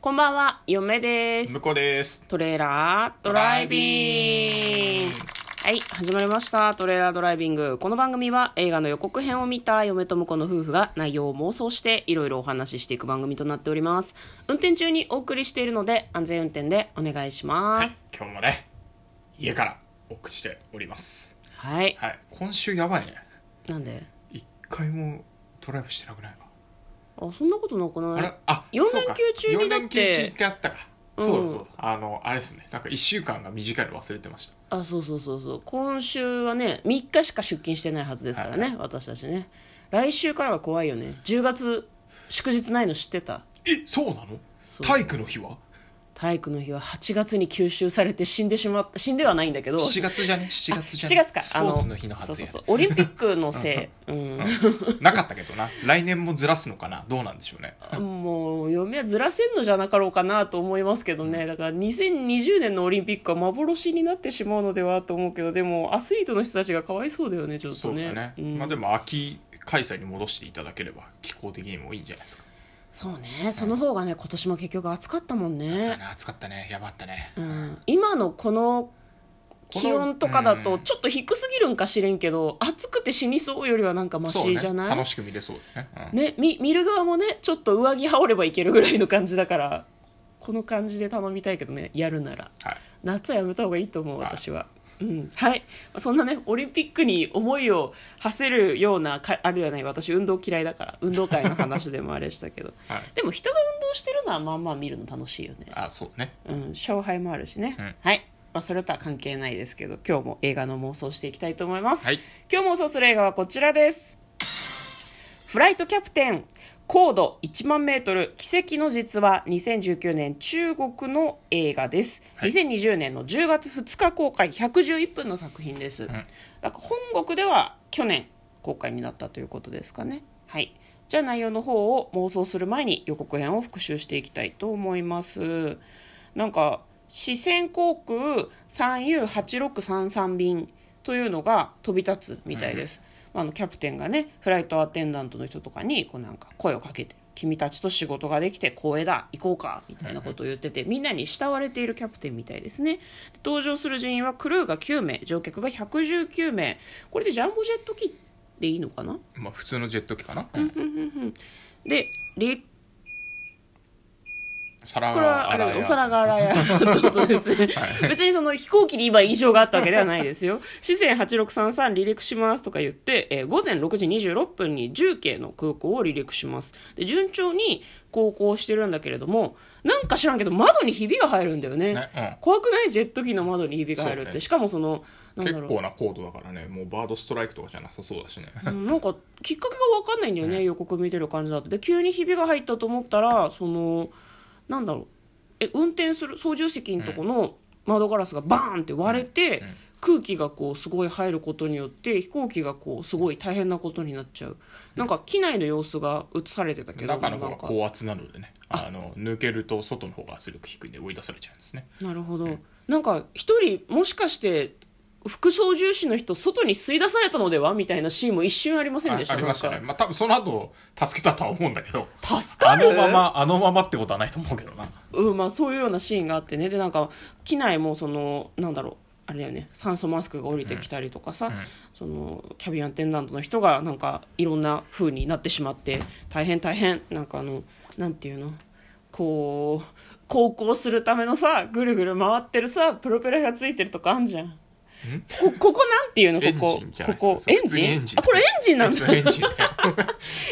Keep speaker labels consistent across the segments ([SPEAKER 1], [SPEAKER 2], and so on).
[SPEAKER 1] こんばんは、嫁で
[SPEAKER 2] 向
[SPEAKER 1] す。
[SPEAKER 2] こうです
[SPEAKER 1] トレーラードライビング。はい、始まりました。トレーラードライビング。この番組は映画の予告編を見た嫁と婿の夫婦が内容を妄想していろいろお話ししていく番組となっております。運転中にお送りしているので安全運転でお願いし
[SPEAKER 2] は
[SPEAKER 1] ま
[SPEAKER 2] い
[SPEAKER 1] す。
[SPEAKER 2] 今日もね家からお送りしております
[SPEAKER 1] はい。
[SPEAKER 2] はい今週やばいね
[SPEAKER 1] なんで
[SPEAKER 2] 一回もドライブしてなくないか
[SPEAKER 1] あ、そんなことなく
[SPEAKER 2] あ
[SPEAKER 1] な
[SPEAKER 2] れ
[SPEAKER 1] い
[SPEAKER 2] あ
[SPEAKER 1] 四
[SPEAKER 2] そうか
[SPEAKER 1] 連休中にだって
[SPEAKER 2] 四連休中ってあったか
[SPEAKER 1] うん
[SPEAKER 2] そうだそうだあのあれですねなんか1週間が短いの忘れてました
[SPEAKER 1] あ、そうそうそうそう。今週はね、3日しか出勤してないはずですからね、
[SPEAKER 2] は
[SPEAKER 1] 私たちね。来週からは怖いよね。10月、祝日ないの知ってた
[SPEAKER 2] えそうなの
[SPEAKER 1] そう
[SPEAKER 2] 体育の日は
[SPEAKER 1] 体育の日は8月に吸収されて死んでしまった死んではないんだけど
[SPEAKER 2] 7月じゃね7月じゃね
[SPEAKER 1] 7月か
[SPEAKER 2] スポ
[SPEAKER 1] あ
[SPEAKER 2] ーツの日のはず
[SPEAKER 1] そう
[SPEAKER 2] や
[SPEAKER 1] そうそうオリンピックのせい、
[SPEAKER 2] なかったけどな来年もずらすのかなどうなんでしょうね
[SPEAKER 1] うん、もう嫁はずらせんのじゃなかろうかなと思いますけどねだから2020年のオリンピックは幻になってしまうのではと思うけどでもアスリートの人たちがかわいそうだよねちょっ
[SPEAKER 2] そ
[SPEAKER 1] と
[SPEAKER 2] う
[SPEAKER 1] ね
[SPEAKER 2] だね、
[SPEAKER 1] ん
[SPEAKER 2] まあでも秋開催に戻していただければ気候的にもいいんじゃないですか、
[SPEAKER 1] そうねその方がね今年も結局暑かったもん
[SPEAKER 2] 暑か
[SPEAKER 1] ね
[SPEAKER 2] った、ね暑かったねやばかったね、
[SPEAKER 1] うん、今のこの
[SPEAKER 2] この
[SPEAKER 1] 気温とかだと
[SPEAKER 2] うん
[SPEAKER 1] ちょっと低すぎるんかしれんけど暑くて死にそうよりはなんかマ
[SPEAKER 2] そう
[SPEAKER 1] シじゃない、
[SPEAKER 2] ね、楽しく見れそうだね、うん
[SPEAKER 1] ねみ見る側もねちょっと上着羽織ればいけるぐらいの感じだからこの感じで頼みたいけどねやるなら
[SPEAKER 2] はい
[SPEAKER 1] 夏はやめた方がいいと思う
[SPEAKER 2] はい
[SPEAKER 1] 私は、うんはいそんなねオリンピックに思いを馳せるようなかあれではない私運動嫌いだから運動会の話でもあれしたけ ど
[SPEAKER 2] はい
[SPEAKER 1] でも人が運動してるのはまあまあ見るの楽しいよね
[SPEAKER 2] あそうね
[SPEAKER 1] うん、勝敗もあるしね、
[SPEAKER 2] うん
[SPEAKER 1] はい、まあ、それとは関係ないですけど今日も映画の妄想していきたいと思います、
[SPEAKER 2] はい
[SPEAKER 1] 今日妄想する映画はこちらですフライトキャプテン高度1万メートル奇跡の実話2019年中国の映画です、
[SPEAKER 2] はい
[SPEAKER 1] 2020年の10月2日公開111分の作品です、なんか本国では去年公開になったということですかねはいじゃあ内容の方を妄想する前に予告編を復習していきたいと思いますなんか四川航空 3U8633 便というのが飛び立つみたいです、まああのキャプテンがねフライトアテンダントの人とかにこうなんか声をかけて「君たちと仕事ができて光栄だ行こうか」みたいなことを言っててみんなに慕われているキャプテンみたいですねで登場する人員はクルーが9名乗客が119名これでジャンボジェット機でいいのかな
[SPEAKER 2] まあ普通のジェット機かな、うん
[SPEAKER 1] でリ
[SPEAKER 2] 皿
[SPEAKER 1] これは
[SPEAKER 2] が
[SPEAKER 1] あ
[SPEAKER 2] 洗え
[SPEAKER 1] れお皿が洗えやってことですね、別にその飛行機に今印象があったわけではないですよ 四川8633離陸しますとか言って、えー午前6時26分に重慶の空港を離陸しますで順調に航行してるんだけれどもなんか知らんけど窓にひびが入るんだよね
[SPEAKER 2] ねうん
[SPEAKER 1] 怖くないジェット機の窓にひびが入るっ
[SPEAKER 2] そ
[SPEAKER 1] て、
[SPEAKER 2] うね
[SPEAKER 1] しかもそのなんだ
[SPEAKER 2] 結
[SPEAKER 1] ろう
[SPEAKER 2] 構な高度だからねもうバードストライクとかじゃなさそうだしね、
[SPEAKER 1] うんなんかきっかけが分かんないんだよね、予告見てる感じだとで急にひびが入ったと思ったらそのなんだろうえ運転する操縦席のとこの窓ガラスがバーンって割れて、
[SPEAKER 2] うん
[SPEAKER 1] 空気がこうすごい入ることによって飛行機がこうすごい大変なことになっちゃうなんか機内の様子が映されてたけど
[SPEAKER 2] 中の
[SPEAKER 1] な
[SPEAKER 2] 方
[SPEAKER 1] ん
[SPEAKER 2] が
[SPEAKER 1] か
[SPEAKER 2] 高圧なのでねあの抜けると外の方が圧力低いんで追い出されちゃうんですね
[SPEAKER 1] なるほど、なんか一人もしかして副操縦士の人外に吸い出されたのではみたいなシーンも一瞬ありません
[SPEAKER 2] あ
[SPEAKER 1] でした
[SPEAKER 2] ありました
[SPEAKER 1] な
[SPEAKER 2] ね
[SPEAKER 1] んか
[SPEAKER 2] まあ多分その後助けたとは思うんだけど
[SPEAKER 1] 助か
[SPEAKER 2] あ
[SPEAKER 1] る
[SPEAKER 2] のままあのままってことはないと思うけどな
[SPEAKER 1] うんまあ、そういうようなシーンがあってねでなんか機内もそのなんだろうあれだよね酸素マスクが降りてきたりとかさ、
[SPEAKER 2] ん
[SPEAKER 1] そのキャビンアテンダントの人がなんかいろんな風になってしまって大変大変なんかあのなんていうのこう航行するためのさぐるぐる回ってるさプロペラがついてるとかあんじゃん。こここなんていうのこ
[SPEAKER 2] エン
[SPEAKER 1] こ
[SPEAKER 2] ジンじゃな
[SPEAKER 1] こ
[SPEAKER 2] い
[SPEAKER 1] こ
[SPEAKER 2] それ
[SPEAKER 1] エン
[SPEAKER 2] 普通
[SPEAKER 1] ジ
[SPEAKER 2] に
[SPEAKER 1] ン
[SPEAKER 2] エンジン
[SPEAKER 1] あこれエンジンなん
[SPEAKER 2] そ
[SPEAKER 1] だ
[SPEAKER 2] れエンジンだよ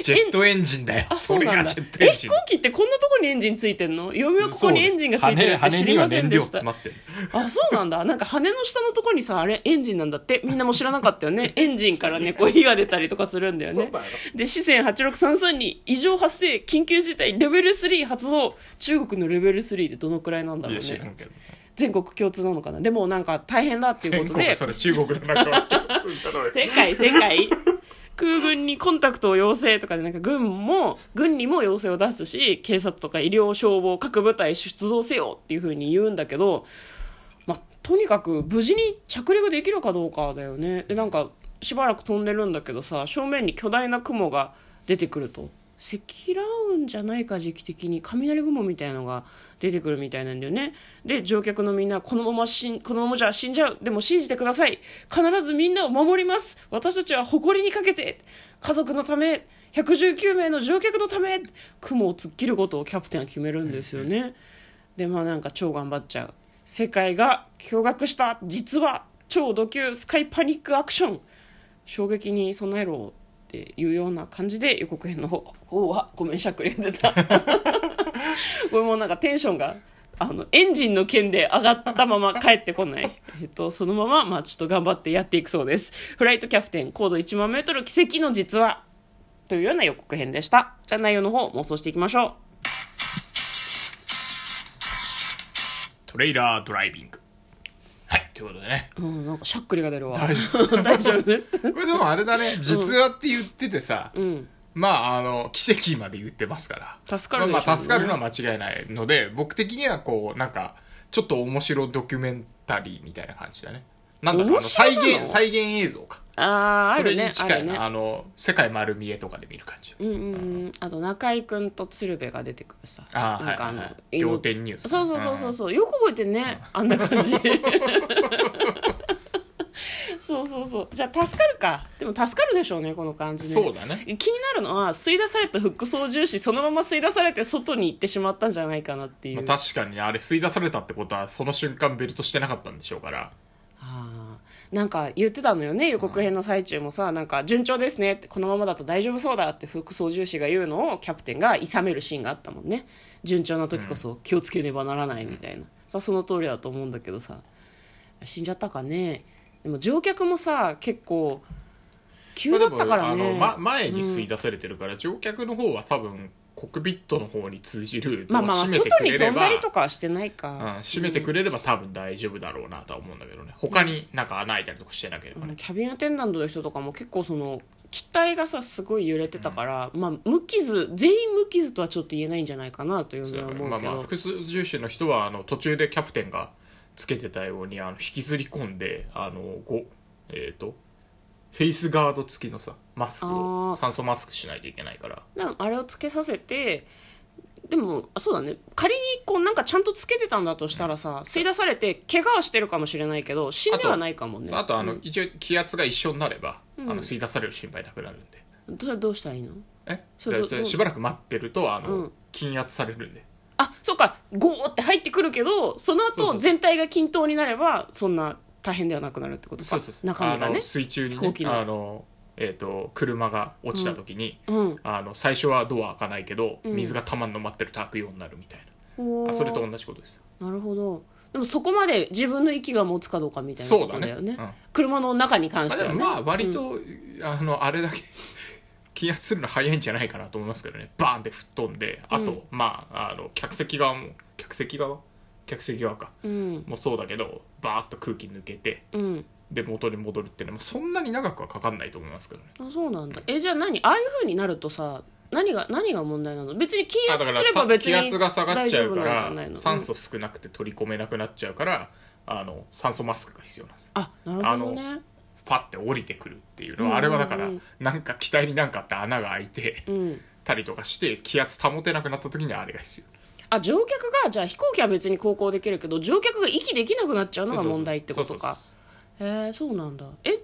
[SPEAKER 2] ジェットエンジンだ よ
[SPEAKER 1] あそうなんだ
[SPEAKER 2] それがジェット
[SPEAKER 1] え
[SPEAKER 2] エンジ
[SPEAKER 1] 飛
[SPEAKER 2] ン
[SPEAKER 1] 行機ってこんなとこにエンジンついてんの嫁はここにエンジンがついてるって知りませんでした
[SPEAKER 2] 羽には燃料詰まってる
[SPEAKER 1] あそうなんだなんか羽の下のとこにさあれエンジンなんだってみんなも知らなかったよ ねエンジンからねこう火が出たりとかするんだよね
[SPEAKER 2] そうだよ
[SPEAKER 1] で四川8633に異常発生緊急事態レベル3発動中国のレベル3ってどのくらいなんだろ
[SPEAKER 2] い
[SPEAKER 1] う
[SPEAKER 2] や知ら
[SPEAKER 1] ね
[SPEAKER 2] んけど
[SPEAKER 1] 全国共通なのかなでもなんか大変だっていう
[SPEAKER 2] 全
[SPEAKER 1] こと
[SPEAKER 2] 国
[SPEAKER 1] で
[SPEAKER 2] それ中国の中はそうだ ろうよ
[SPEAKER 1] 世界世界空軍にコンタクトを要請とかでなんか軍も軍にも要請を出すし警察とか医療消防各部隊出動せよっていうふうに言うんだけど、まあ、とにかく無事に着陸できるかどうかだよねでなんかしばらく飛んでるんだけどさ正面に巨大な雲が出てくると積乱雲じゃないか時期的に雷雲みたいのが出てくるみたいなんだよねで乗客のみんなこのまましんこのままじゃ死んじゃうでも信じてください必ずみんなを守ります私たちは誇りにかけて家族のため119名の乗客のため雲を突っ切ることをキャプテンは決めるんですよねでまあなんか超頑張っちゃう世界が驚愕した実は超ド級スカイパニックアクション衝撃に備えろっていうような感じで予告編の方方はごめんしゃくりが出たこれもうなんかテンションがあのエンジンの件で上がったまま帰ってこない、えっと、そのまま、まあ、ちょっと頑張ってやっていくそうですフライトキャプテン高度1万メートル奇跡の実話というような予告編でしたじゃあ内容の方妄想していきましょう
[SPEAKER 2] トレイラードライビングはいということでね
[SPEAKER 1] うん、なんかしゃっくりが出るわ。
[SPEAKER 2] 大丈
[SPEAKER 1] 夫大丈夫です。
[SPEAKER 2] これでもあれだね実話って言っててさ、
[SPEAKER 1] うん。
[SPEAKER 2] まああの奇跡まで言ってますから
[SPEAKER 1] 助かるでしょうね
[SPEAKER 2] まあまあ助かるのは間違いないので僕的にはこうなんかちょっと面白ドキュメンタリーみたいな感じだねなんだろうあの
[SPEAKER 1] 面白い
[SPEAKER 2] 再
[SPEAKER 1] の
[SPEAKER 2] 現再現映像か
[SPEAKER 1] ああ、あ
[SPEAKER 2] それ
[SPEAKER 1] るね
[SPEAKER 2] に、
[SPEAKER 1] あ
[SPEAKER 2] 近
[SPEAKER 1] る
[SPEAKER 2] いな、
[SPEAKER 1] ね。
[SPEAKER 2] あの世界丸見えとかで見る感じ、
[SPEAKER 1] うんうんうん。あと、中井くんと鶴瓶が出てくるさ。
[SPEAKER 2] あー
[SPEAKER 1] なんかあの、
[SPEAKER 2] はいはいはい
[SPEAKER 1] 犬
[SPEAKER 2] 仰天ニュース
[SPEAKER 1] そうそうそうそう。そうよく覚えてんね。あんな感 じ。そうそうそう。じゃあ、助かるか。でも、助かるでしょうね、この感じね。
[SPEAKER 2] そうだね
[SPEAKER 1] 気になるのは、吸い出された副操縦士、そのまま吸い出されて外に行ってしまったんじゃないかなっていう。
[SPEAKER 2] まあ、確かにねあれ吸い出されたってことはその瞬間ベルトしてなかったんでしょうから
[SPEAKER 1] あーなんか言ってたのよね予告編の最中もさ「なんか順調ですね」ってこのままだと大丈夫そうだって副操縦士が言うのをキャプテンが諌めるシーンがあったもんね順調な時こそ気をつけねばならないみたいな、さその通りだと思うんだけどさ死んじゃったかねでも乗客もさ結構急だったから
[SPEAKER 2] まあ
[SPEAKER 1] ね、
[SPEAKER 2] でもあのま前に吸い出されてるから、乗客の方は多分コックピットの方に通じるド
[SPEAKER 1] ま
[SPEAKER 2] ア
[SPEAKER 1] あまあまあ
[SPEAKER 2] 閉めて
[SPEAKER 1] 外
[SPEAKER 2] く
[SPEAKER 1] に
[SPEAKER 2] れ
[SPEAKER 1] 飛
[SPEAKER 2] れ
[SPEAKER 1] ん
[SPEAKER 2] ば
[SPEAKER 1] だりとかはしてないか、
[SPEAKER 2] うん、閉めてくれれば多分大丈夫だろうなとは思うんだけどね他になんか穴開いたりとかしてなければね、
[SPEAKER 1] キャビンアテンダントの人とかも結構その機体がさすごい揺れてたから、まあ無傷全員無傷とはちょっと言えないんじゃないかなという
[SPEAKER 2] そう
[SPEAKER 1] のは
[SPEAKER 2] だ
[SPEAKER 1] 思う
[SPEAKER 2] ね
[SPEAKER 1] けど、
[SPEAKER 2] まあまあ複数重視の人はあの途中でキャプテンがつけてたようにあの引きずり込んであのごえっ、とフェイスガード付きのさマスク
[SPEAKER 1] あ
[SPEAKER 2] を
[SPEAKER 1] ー
[SPEAKER 2] 酸素マスクしないといけないから
[SPEAKER 1] なんかあれをつけさせてでもあそうだね仮にこうなんかちゃんとつけてたんだとしたらさ吸い出されて怪我はしてるかもしれないけど死んではないかもね
[SPEAKER 2] そうあとあの、
[SPEAKER 1] うん
[SPEAKER 2] 一応気圧が一緒になれば、
[SPEAKER 1] うん
[SPEAKER 2] あの吸い出される心配なくなるんで
[SPEAKER 1] それどうしたらいいの
[SPEAKER 2] え
[SPEAKER 1] そう
[SPEAKER 2] で
[SPEAKER 1] ど
[SPEAKER 2] そ
[SPEAKER 1] ど
[SPEAKER 2] れ
[SPEAKER 1] う
[SPEAKER 2] しばらく待ってるとあの、
[SPEAKER 1] うん
[SPEAKER 2] 禁圧されるんで
[SPEAKER 1] あそうかゴーって入ってくるけどその
[SPEAKER 2] そうそう
[SPEAKER 1] 後
[SPEAKER 2] そう
[SPEAKER 1] 全体が均等になればそんな大変ではなくなるってことか
[SPEAKER 2] そうそうそう
[SPEAKER 1] 中身が
[SPEAKER 2] あ
[SPEAKER 1] ね
[SPEAKER 2] の水中に、
[SPEAKER 1] 飛行機
[SPEAKER 2] ね、
[SPEAKER 1] の
[SPEAKER 2] あの、えー、と車が落ちた時に、
[SPEAKER 1] うん
[SPEAKER 2] あの最初はドア開かないけど、
[SPEAKER 1] うん
[SPEAKER 2] 水がたまんの待ってると開くようになるみたい
[SPEAKER 1] お
[SPEAKER 2] な
[SPEAKER 1] ー
[SPEAKER 2] あそれと同じことですよ
[SPEAKER 1] なるほどでもそこまで自分の息が持つかどうかみたいな
[SPEAKER 2] そ
[SPEAKER 1] と
[SPEAKER 2] う
[SPEAKER 1] こ
[SPEAKER 2] だ
[SPEAKER 1] だ
[SPEAKER 2] ね
[SPEAKER 1] よね
[SPEAKER 2] うん
[SPEAKER 1] 車の中に関
[SPEAKER 2] ま
[SPEAKER 1] し
[SPEAKER 2] あ、
[SPEAKER 1] て
[SPEAKER 2] で
[SPEAKER 1] は
[SPEAKER 2] も
[SPEAKER 1] ね
[SPEAKER 2] まあ割と、あのあれだけ 禁圧するの早いんじゃないかなと思いますけどねバーンって吹っ飛んであと、
[SPEAKER 1] うん
[SPEAKER 2] まああの客席側も客席側客席側か
[SPEAKER 1] うん
[SPEAKER 2] もうそうだけどバーッと空気抜けて
[SPEAKER 1] うん
[SPEAKER 2] で元に戻るっていうのはそんなに長くはかかんないと思いますけどね
[SPEAKER 1] あそうなんだえじゃあ何ああいうふうになるとさ何が何が問題なの別に禁
[SPEAKER 2] あだ
[SPEAKER 1] 圧す
[SPEAKER 2] から
[SPEAKER 1] れば
[SPEAKER 2] さ
[SPEAKER 1] 別
[SPEAKER 2] 気圧
[SPEAKER 1] に
[SPEAKER 2] が下がっ
[SPEAKER 1] 大
[SPEAKER 2] ちゃ
[SPEAKER 1] 丈
[SPEAKER 2] う
[SPEAKER 1] 夫
[SPEAKER 2] か
[SPEAKER 1] なんじゃ
[SPEAKER 2] ら
[SPEAKER 1] ないの
[SPEAKER 2] 酸素少なくて取り込めなくなっちゃうからあの酸素マスクが必要なんですよ
[SPEAKER 1] あなるほどね
[SPEAKER 2] パッて降りてくるっていうの
[SPEAKER 1] うん
[SPEAKER 2] はあれはだか
[SPEAKER 1] う
[SPEAKER 2] ら
[SPEAKER 1] んうん
[SPEAKER 2] なんか機体になんかあって穴が開いて
[SPEAKER 1] うん
[SPEAKER 2] たりとかして気圧保てなくなった時にはあれが必要
[SPEAKER 1] あ乗客がじゃあ飛行機は別に航行できるけど乗客が息できなくなっちゃうのが問題ってことか
[SPEAKER 2] そうそう
[SPEAKER 1] へえそうなんだえ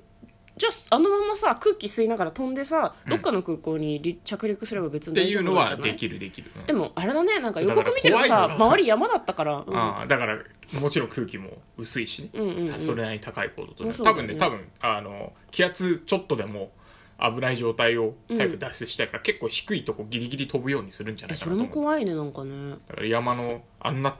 [SPEAKER 1] じゃああのままさ空気吸いながら飛んでさどっかの空港に離着陸すれば別
[SPEAKER 2] そうそう
[SPEAKER 1] に
[SPEAKER 2] って
[SPEAKER 1] 大
[SPEAKER 2] い
[SPEAKER 1] 丈夫
[SPEAKER 2] う
[SPEAKER 1] な
[SPEAKER 2] の
[SPEAKER 1] んじゃ
[SPEAKER 2] は
[SPEAKER 1] ない
[SPEAKER 2] できるできる、うん
[SPEAKER 1] でもあれだねなんか予
[SPEAKER 2] そうだ
[SPEAKER 1] 告
[SPEAKER 2] から
[SPEAKER 1] 見てるとさ
[SPEAKER 2] 怖いのよ
[SPEAKER 1] 周り山だったから、うん、
[SPEAKER 2] ああだからもちろん空気も薄いしね、
[SPEAKER 1] うんうんうん
[SPEAKER 2] それなりに高い高度とね
[SPEAKER 1] うんそうだ
[SPEAKER 2] 多
[SPEAKER 1] よ
[SPEAKER 2] 分
[SPEAKER 1] ね
[SPEAKER 2] ね多分あの気圧ちょっとでも危ない状態を早く脱出したいから、結構低いとこギリギリ飛ぶようにするんじゃな
[SPEAKER 1] え
[SPEAKER 2] いか
[SPEAKER 1] そ
[SPEAKER 2] な
[SPEAKER 1] れ
[SPEAKER 2] と
[SPEAKER 1] も
[SPEAKER 2] 思う
[SPEAKER 1] 怖いねなんかね
[SPEAKER 2] だから山のあんな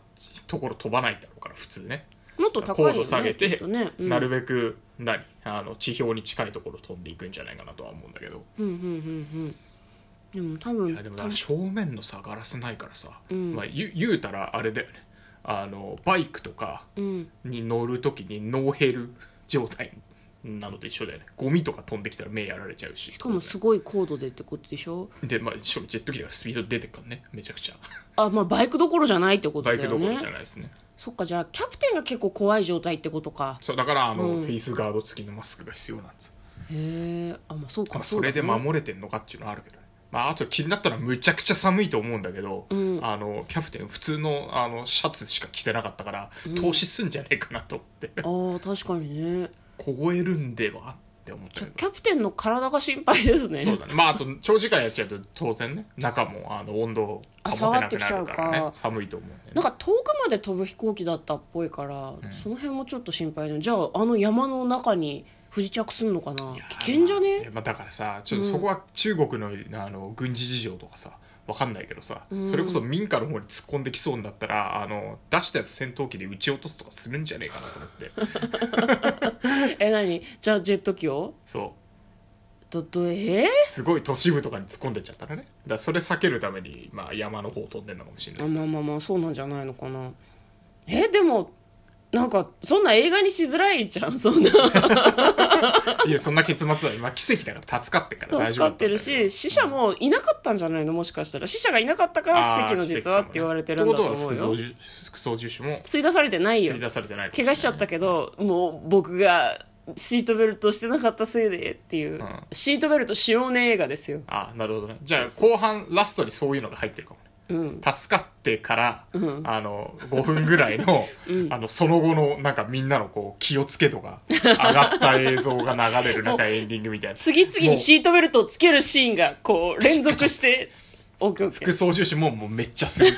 [SPEAKER 2] ところ飛ばないだろうから普通ね、
[SPEAKER 1] もっと高いよ
[SPEAKER 2] 高
[SPEAKER 1] ね
[SPEAKER 2] 度下げ
[SPEAKER 1] き
[SPEAKER 2] て
[SPEAKER 1] っとね、うん、
[SPEAKER 2] なる
[SPEAKER 1] べ
[SPEAKER 2] べく何あの地表に近いところ飛んでいくんじゃないかなとは思うんだけど、
[SPEAKER 1] うんうんうんうんでも多
[SPEAKER 2] い
[SPEAKER 1] 分
[SPEAKER 2] やでも
[SPEAKER 1] 多
[SPEAKER 2] だから
[SPEAKER 1] 分
[SPEAKER 2] 正面のさガラスないからさ、
[SPEAKER 1] うん
[SPEAKER 2] まあ、言う言うたらあれだよねあのバイクとか
[SPEAKER 1] うん
[SPEAKER 2] に乗る時にノーヘル状態なのと一緒だよねゴミとか飛んできたら目やられちゃうし
[SPEAKER 1] しかもすごい高度でってことでしょ
[SPEAKER 2] で、まあ、しかもジェット機だからスピード出てっからねめちゃくちゃ
[SPEAKER 1] あまあバイクどころじゃないってことだ
[SPEAKER 2] バイク
[SPEAKER 1] よ
[SPEAKER 2] どころじゃ
[SPEAKER 1] ね
[SPEAKER 2] ないですね
[SPEAKER 1] そっかじゃあキャプテンが結構怖い状態ってことか
[SPEAKER 2] そうだからあの、
[SPEAKER 1] うん
[SPEAKER 2] フェイスガード付きのマスクが必要なんです
[SPEAKER 1] へえあまあそう
[SPEAKER 2] ま
[SPEAKER 1] か
[SPEAKER 2] あそれで
[SPEAKER 1] そうだね
[SPEAKER 2] 守れてんのかっていうのはあるけどねまあ、あと気になったのはむちゃくちゃ寒いと思うんだけど、
[SPEAKER 1] うん
[SPEAKER 2] あのキャプテン普通のあのシャツしか着てなかったから
[SPEAKER 1] うん
[SPEAKER 2] 投資すんじゃねえかなと思って、
[SPEAKER 1] ああ確かにね
[SPEAKER 2] 凍えるんではって思った
[SPEAKER 1] ちょ
[SPEAKER 2] けど
[SPEAKER 1] キャプテンの体が心配ですね
[SPEAKER 2] そうだねまああと長時間やっちゃうと当然ね中もあの温度を保
[SPEAKER 1] あ下
[SPEAKER 2] てなくなるから
[SPEAKER 1] がってきちゃう
[SPEAKER 2] ね
[SPEAKER 1] か
[SPEAKER 2] 寒いと思うんだよ
[SPEAKER 1] な
[SPEAKER 2] ね
[SPEAKER 1] んか遠くまで飛ぶ飛行機だったっぽいから、
[SPEAKER 2] ん
[SPEAKER 1] その辺もちょっと心配でじゃああの山の中に不時着すんのかない
[SPEAKER 2] やー
[SPEAKER 1] 危険じゃ
[SPEAKER 2] い
[SPEAKER 1] ね
[SPEAKER 2] やまあだからさちょっとそこは中国の,、あの軍事事情とかさわかんないけどさ、
[SPEAKER 1] うん
[SPEAKER 2] それこそ民家の方に突っ込んできそうになったらあの出したやつ戦闘機で撃ち落とすとかするんじゃねえかなと思って
[SPEAKER 1] え何じゃあジェット機を
[SPEAKER 2] そう
[SPEAKER 1] どどえー
[SPEAKER 2] すごい都市部とかに突っ込んでっちゃったらねだからそれ避けるために、まあ、山の方飛んでるのかもしれない
[SPEAKER 1] あまあまあまあそうなんじゃないのかなえでもなんかそんな映画にしづらいじゃんそんな
[SPEAKER 2] いやそんな結末は今奇跡だから助かってから大
[SPEAKER 1] 助
[SPEAKER 2] 丈夫
[SPEAKER 1] か
[SPEAKER 2] だ
[SPEAKER 1] ってるし死者もいなかったんじゃないのもしかしたら死者がいなかったから奇跡の実はって言われてるんだと思う
[SPEAKER 2] ってこと
[SPEAKER 1] よ
[SPEAKER 2] は副操縦副操縦士も
[SPEAKER 1] 吸い出されてないよ
[SPEAKER 2] 吸い出されてないかも
[SPEAKER 1] 怪
[SPEAKER 2] れない
[SPEAKER 1] 我しちゃったけどもう僕がシートベルトしてなかったせいでっていう、
[SPEAKER 2] ん
[SPEAKER 1] シートベルト使用ね映画ですよ、
[SPEAKER 2] あなるほどねじゃあ
[SPEAKER 1] そう
[SPEAKER 2] 後半ラストにそういうのが入ってるかもね
[SPEAKER 1] うん、
[SPEAKER 2] 助かってから、
[SPEAKER 1] うん
[SPEAKER 2] あの5分ぐらい の,、あのその後のなんかみんなのこう気をつけとか上がった映像が流れるなんかエンディングみたいな
[SPEAKER 1] 次々にシートベルトをつけるシーンがこう連続してオッケーオッケ
[SPEAKER 2] 副
[SPEAKER 1] ー
[SPEAKER 2] 操縦士ももうめっちゃ する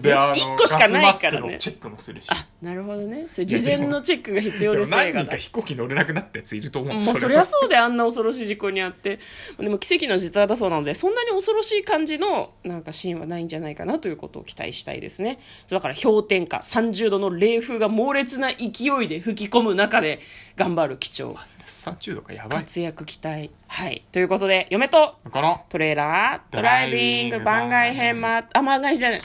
[SPEAKER 2] であの
[SPEAKER 1] 一個しかないからね
[SPEAKER 2] ガスマスクのチェックもするし
[SPEAKER 1] あなるほどねそれ事前のチェックが必要
[SPEAKER 2] で
[SPEAKER 1] で
[SPEAKER 2] も
[SPEAKER 1] す映
[SPEAKER 2] 何
[SPEAKER 1] 画
[SPEAKER 2] 人
[SPEAKER 1] だ
[SPEAKER 2] か飛行機乗れなくなったやついると思う
[SPEAKER 1] もうそりゃそうであんな恐ろしい事故にあってでも奇跡の実話だそうなのでそんなに恐ろしい感じのなんかシーンはないんじゃないかなということを期待したいですねそうだから氷点下30度の冷風が猛烈な勢いで吹き込む中で頑張る機長
[SPEAKER 2] 30度かやばい
[SPEAKER 1] 活躍期待はいということで嫁と
[SPEAKER 2] この
[SPEAKER 1] トレーラードライビング番外編まあ番外編じゃない